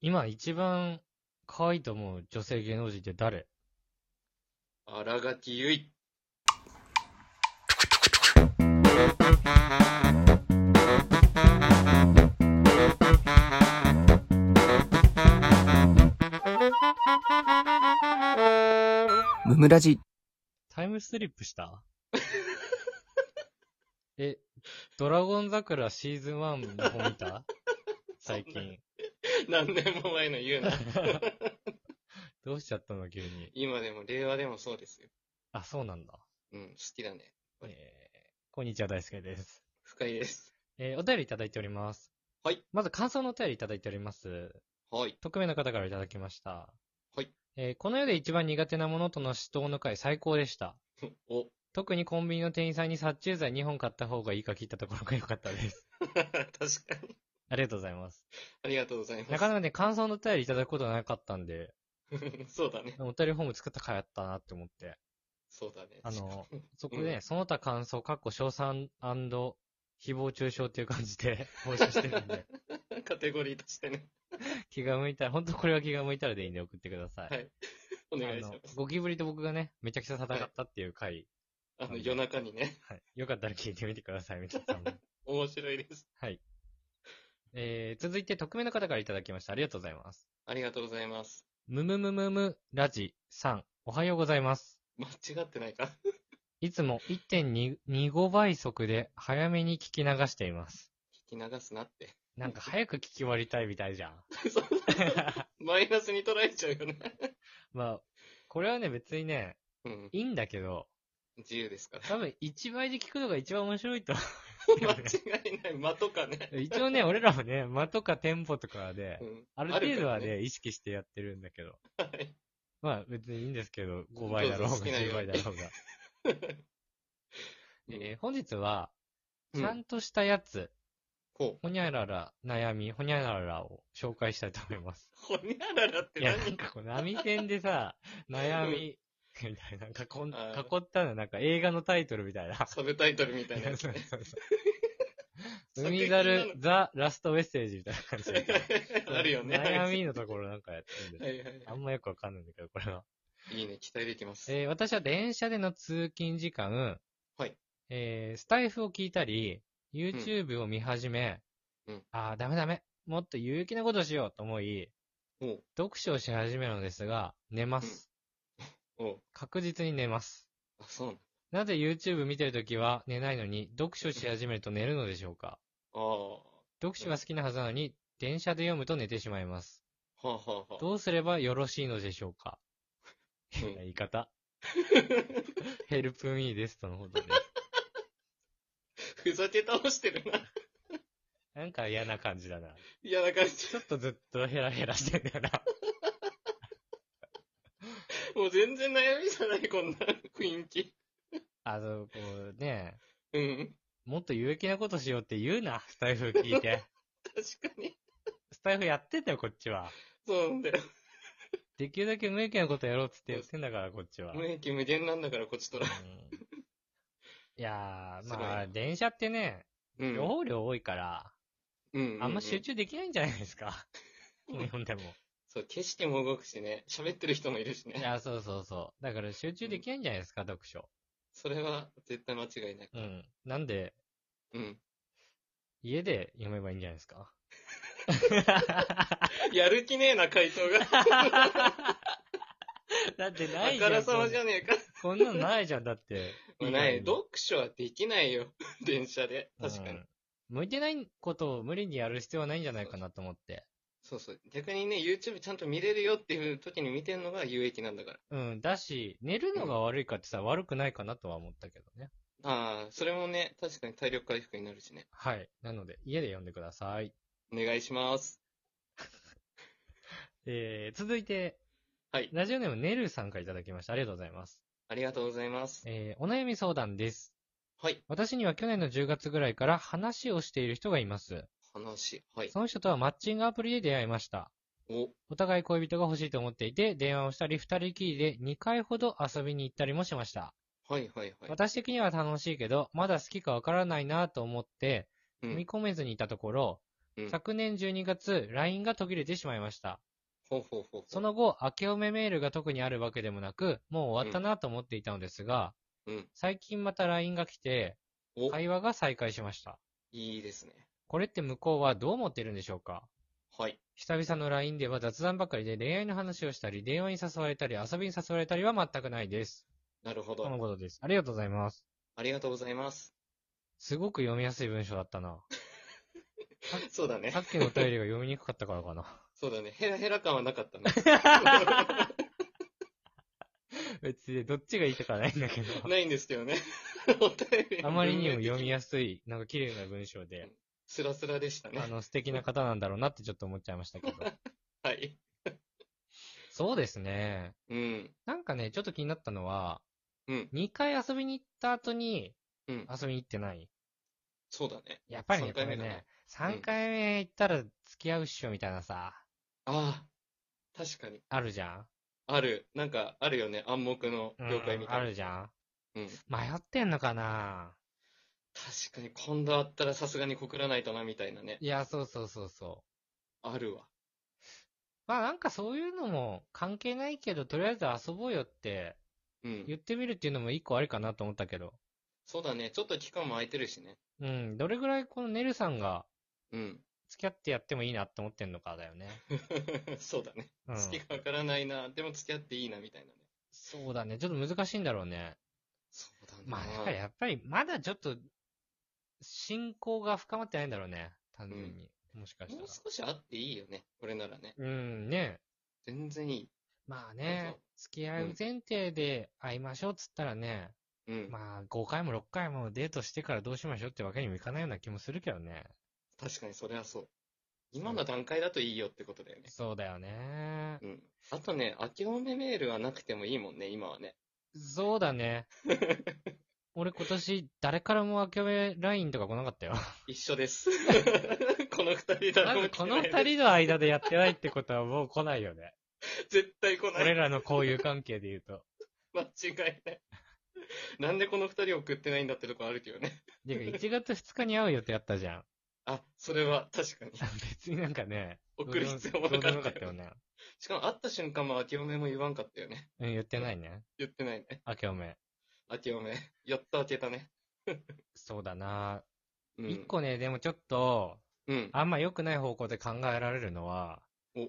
今一番可愛いと思う女性芸能人って誰荒垣結衣。 ムムラジ。タイムスリップした え、ドラゴン桜シーズン1の 方見た最近。何年も前の言うな。どうしちゃったの急に。今でも令和でもそうですよ。あ、そうなんだ。うん、好きだね。えはいー、こんにちは大輔です。深いです。えー、お便りいただいております。はい。まず感想のお便りいただいております。はい。匿名の方からいただきました。はい。えーこの世で一番苦手なものとの死闘の回最高でした。お。 特にコンビニの店員さんに殺虫剤2本買った方がいいか聞いたところが良かったです。 確かに。ありがとうございます。ありがとうございます。なかなかね、感想のお便りいただくことなかったんで、 そうだね。お便りフォーム作った回あったなって思って。そうだね。あの、そこうで、んその他感想、かっこ賞賛誹謗中傷っていう感じで 募集してる んで、 カテゴリーとしてね。気が向いたら、本当これは気が向いたらでいいんで送ってください。はいお願いしあまのす。ゴキブリと僕がね、めちゃくちゃ戦ったっていう回、あの、夜中にね。はい。よかったら聞いてみてください、みたい な。面白いです。はい。えー、続いて、匿名の方からいただきました。ありがとうございます。ありがとうございます。むむむむむラジさん、おはようございます。間違ってないかいつも1.25倍速で早めに聞き流しています。聞き流すなって。なんか早く聞き終わりたいみたいじゃん。 そうマイナスに捉えちゃうよね。まあ、これはね、別にね、うん。いいんだけど、自由ですから。 多分1倍で聞くのが一番面白いと 思うよ間ね。違いない。間とかね。一 応ね、俺らもね、間とかテンポとかはねう、んある程度は。からね、意識してやってるんだけど。はいまあ別にいいんですけど、5倍だろうがどうぞ好きなよう10倍にだろ うが。えー本日は、うんちゃんとしたやつ、こほにゃらら悩み、ほにゃららを紹介したいと思います。う。ほにゃららっていや、何なんかこう、波線で さ、悩み、みたいな、かこん囲あーったの、なんか映画のタイトルみたいな。サブタイトルみたいなや つそうね。そうそう海猿、ザ・ラストメッセージみたいな感じで。 あるよね。悩みのところなんかやってるんはで。いはいあんまよくわかんないんだけど、これは。いいね、期待できます。えー私は電車での通勤時間、はいえースタイフを聞いたり、YouTube を見始め、うんああ、ダメダメ、もっと有益なことしようと思い、おう読書をし始めるのですが、寝ます。おう確実に寝ます。あ、そうなんなぜ YouTube 見てるときは寝ないのに、読書し始めると寝るのでしょうかああ。は読書が好きなはずなのに、電車で読むと寝てしまいます。あはあはあ。どうすればよろしいのでしょうかうん変な言い方。 ヘルプミーですとのことで。 ふざけ倒してるな。なんか嫌な感じだな。嫌な感じちょ。っとずっとヘラヘラしてんだよ な。もう全然悩みじゃない、こんな雰囲気。あの、こうね、うん。もっと有益なことしようって言うな、スタイフ聞い て。確かに。スタイフやってんだよ、こっちは。そうなんだよ。できるだけ無益なことやろうっつってやってんだから、こっちは。無益無限なんだから、こっちとら。うんいや ー、すごいまあ、な電車ってね、うん。情報量多いから、うん。あんま集。中できないんじゃないです か。うん日本でも。そう、景色も動くしね。喋ってる人もいるしいね。や、そうそうそう。だから集中できないんじゃないですか、読書。それは絶対間違いない。うん。なんで、うん。家で読めばいいんじゃないです か。やる気ねえな、回答が。だってなあいじゃかん。らさまじゃねえか。こんなのないじゃん、だって。 ない、読書はできないよ。 電車で。確かうに。ん向いてないことを無理にやる必要はないんじゃないかなと思って。そうそう。逆にね、YouTube ちゃんと見れるよっていう時に見てるのが有益なんだから。うん。だし、寝るのが悪いかってさ、悪くないかなとは思ったけどね。ああ、それもね、確かに体力回復になるしね。はい。なので、家で読んでください。お願いします。えー、続いて、はいラジオネームねるさんからいただきました。ありがとうございます。ありがとうございます。えー、お悩み相談です。はい。私には去年の10月ぐらいから話をしている人がいます。話。はい。その人とはマッチングアプリで出会いました。お、お互い恋人が欲しいと思っていて、電話をしたり、二人きりで2回ほど遊びに行ったりもしました。はいはいはい。私的には楽しいけど、まだ好きかわからないなと思って、う踏みん。込めずにいたところ、うん昨年12月、LINE が途切れてしまいました。ほうほうほうほう。その後、明けおめメールが特にあるわけでもなく、もう終わったなと思っていたのですが、うん最近また LINE が来て、お、会話が再開しました。いいですね。これって向こうはどう思ってるんでしょうかはい。久々の LINE では雑談ばかりで恋愛の話をしたり、電話に誘われたり、遊びに誘われたりは全くないです。なるほとのど。ことです。ありがとうございます。ありがとうございます。すごく読みやすい文章だったな。そうだねさ。っきのお便りが読みにくかったからかな。そうだね。ヘラヘラ感はなかったね。 別にどっちがいいとかはないんだけど。ないんですけどね。 お便 りあまりにも読みやす い、なんか綺麗な文章で、スラスラでしたねあ。の素敵な方なんだろうなってちょっと思っちゃいました けど。はい。そうですね。うん。なんかね、ちょっと気になったのは、うん。 2回遊びに行った後にうん。遊びに行ってない。そうだね。やっぱりね、こ三回れ目ねだね、 3回目行ったら付き合うっしょみたいなさ、ああ。確かに。あるじゃん。ある。なんか、あるよね。暗黙のうん了解みたいな。あるじゃん。うん。迷ってんのかな確かに、今度会ったらさすがに告らないとな、みたいなね。いや、そうそうそうそう。あるわ。まあなんかそういうのも関係ないけど、とりあえず遊ぼうよってうん。言ってみるっていうのも一個ありかなと思ったけど。そうだね。ちょっと期間も空いてるしね。うん、どれぐらいこのねるさんがうん。 付き合ってやってもいいなって思ってんのかだよね。そうだね。うん、好きかわからないな。でも付き合っていいな、みたいなね。そうだね。ちょっと難しいんだろうね。そうだね。まあだからやっぱりまだちょっと、信仰が深まってないんだろうね。単純に。もしかしたもうら。少し会っていいよね。これならね。うん、ね。全然いい。まあねそう、付き合う前提で会いましょうっつったらね、うん。まあ5回も6回もデートしてからどうしましょうってわけにもいかないような気もするけどね。確かにそれはそう。今の段階だといいよってことだよね。そうだよね。うん。あとね、明けおめメールはなくてもいいもんね、今はね。そうだね。俺今年誰からも明けおめ LINE とか来なかったよ。一 緒です。この二人だまずこの二人人の間でやってないってことはもう来ないよね。絶対来な俺い。らの交友関係で言うと。間違いない。なんでこの二人送ってないんだってとこあるけどね。で、1月2日に会う予定あったじゃん。あ、それは確かに。別になんかね。送る必要もどなうでかもよかっったたよよ。ね。しかも会った瞬間も明けおめも言わんかったよね。うん、言ってないね。言ってないね。明けおめ。明けおめ。やっと明けたね。そうだな。うん。一、個ね、でもちょっと、うん。あんま良くない方向で考えられるのはお、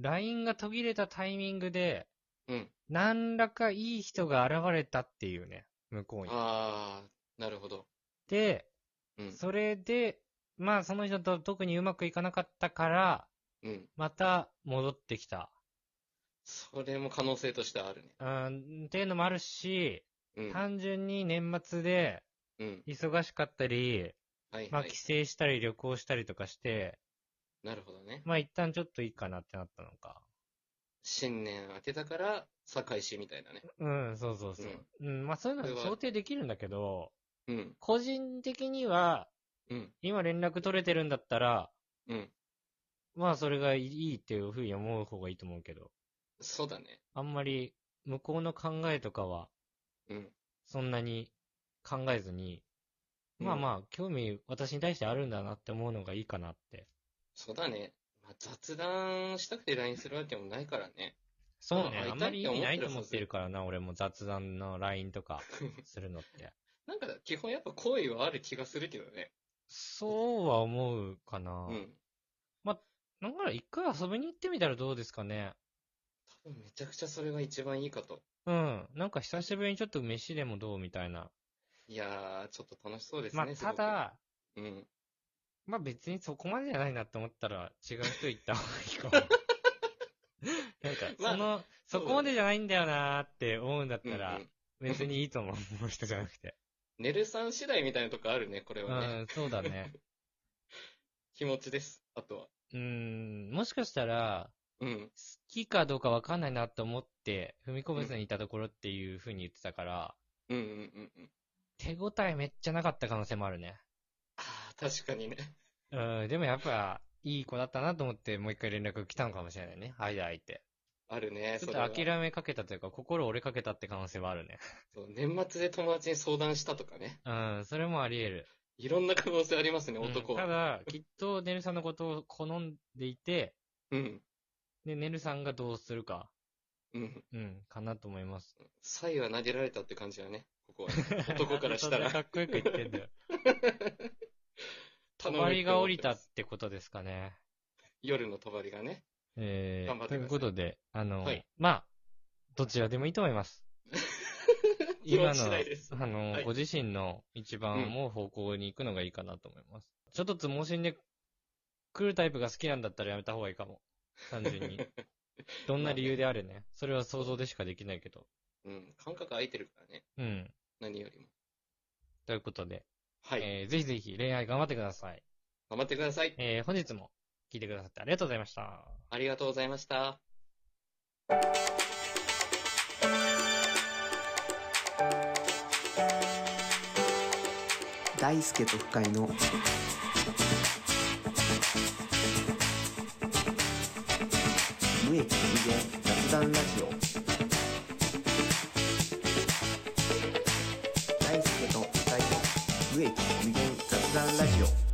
LINE が途切れたタイミングで、うん。何らかいい人が現れたっていうね、向こうに。あー、なるほど。で、うん。それで、まあその人と特にうまくいかなかったから、うん。また戻ってきた。それも可能性としてはあるね。うん、っていうのもあるし、うん。単純に年末でうん。忙しかったり、はいまあはい帰。省したり旅行したりとかして、なるほどね。まあ一旦ちょっといいかなってなったのか。新年明けたから、さ、開始みたいなね。うん、そうそうそう。うん、まあそういうのそれは想定できるんだけど、うん。個人的には、うん。今連絡取れてるんだったら、うん。まあそれがいいっていうふうに思う方がいいと思うけど、そうだね。あんまり向こうの考えとかはうん。そんなに考えずに、まあまあ。あ興味私に対してあるんだなって思うのがいいかなって。そうだね。まあ、雑談したくて LINE するわけもないからね。そうまあね、会いたいあんまり意って思味なってるはいずと思ってるからな、俺も雑談の LINE と かするのって。なんか、基本やっぱ好意はある気がするけどね。そうは思うかな。うん。なんなら一回遊びに行ってみたらどうですかね。多分めちゃくちゃそれが一番いいかと。うん。なんか久しぶりにちょっと飯でもどうみたいな。いやー、ちょっと楽しそうですまね。あ、すごたく、だ、うん。まあ別にそこまでじゃないなって思ったら違う人行った方がいい かも。なんか、まあその、そこまでじゃないんだよなーって思うんだったうらんうん、別にいいと思う、 う人じゃなくて。ねるさん次第みたいなとこあるね、これうはね。ん、そうだね。気持ちです、あとは。うん、もしかしたら、う好ん。きかどうかわかんないなと思って、踏み込めずにいたところっていう風に言ってたから、うんうんうんうん。手応えめっちゃなかった可能性もあるね。あー、確かにね。うん、でもやっぱ、いい子だったなと思って、もう一回連絡来たのかもしれないね。間空いて。あるね、ちょっれはと諦めかけたというか、心折れかけたって可能性はあるね。そう年末で友達に相談したとかね。うん、それもあり得る。いろんな可能性ありますね、うん男たは。だ、きっとねるさんのことを好んでいて、うん。で、ねるさんがどうするか、うん。うん、かなと思います。サイは投げられたって感じだね、ここはね、男からした。そんなからっこよく言ってんだ よ。止頼 むまりが降りたっって思ってますてことですかね。夜のとばりがね。え頑張ー、っとてくださいいうことで、あの、はいまあ、どちらでもいいと思います。気持 今ちの次第です。あの、はいご自身の一番思う方向に行くのがいいかなと思います。ちょっとつもしんで来るタイプが好きなんだったらやめた方がいいかも。単純 に。どんな理由であれね。それは想像でしかできないけど。うん。感覚空いてるからね。うん。何よりも。ということで、はい。えーぜひぜひ恋愛頑張ってください。頑張ってください。えー本日も聞いてくださってありがとうございました。ありがとうございました。大輔と深井の無益無限雑談ラジオ大輔と深井の無益無限雑談ラジオ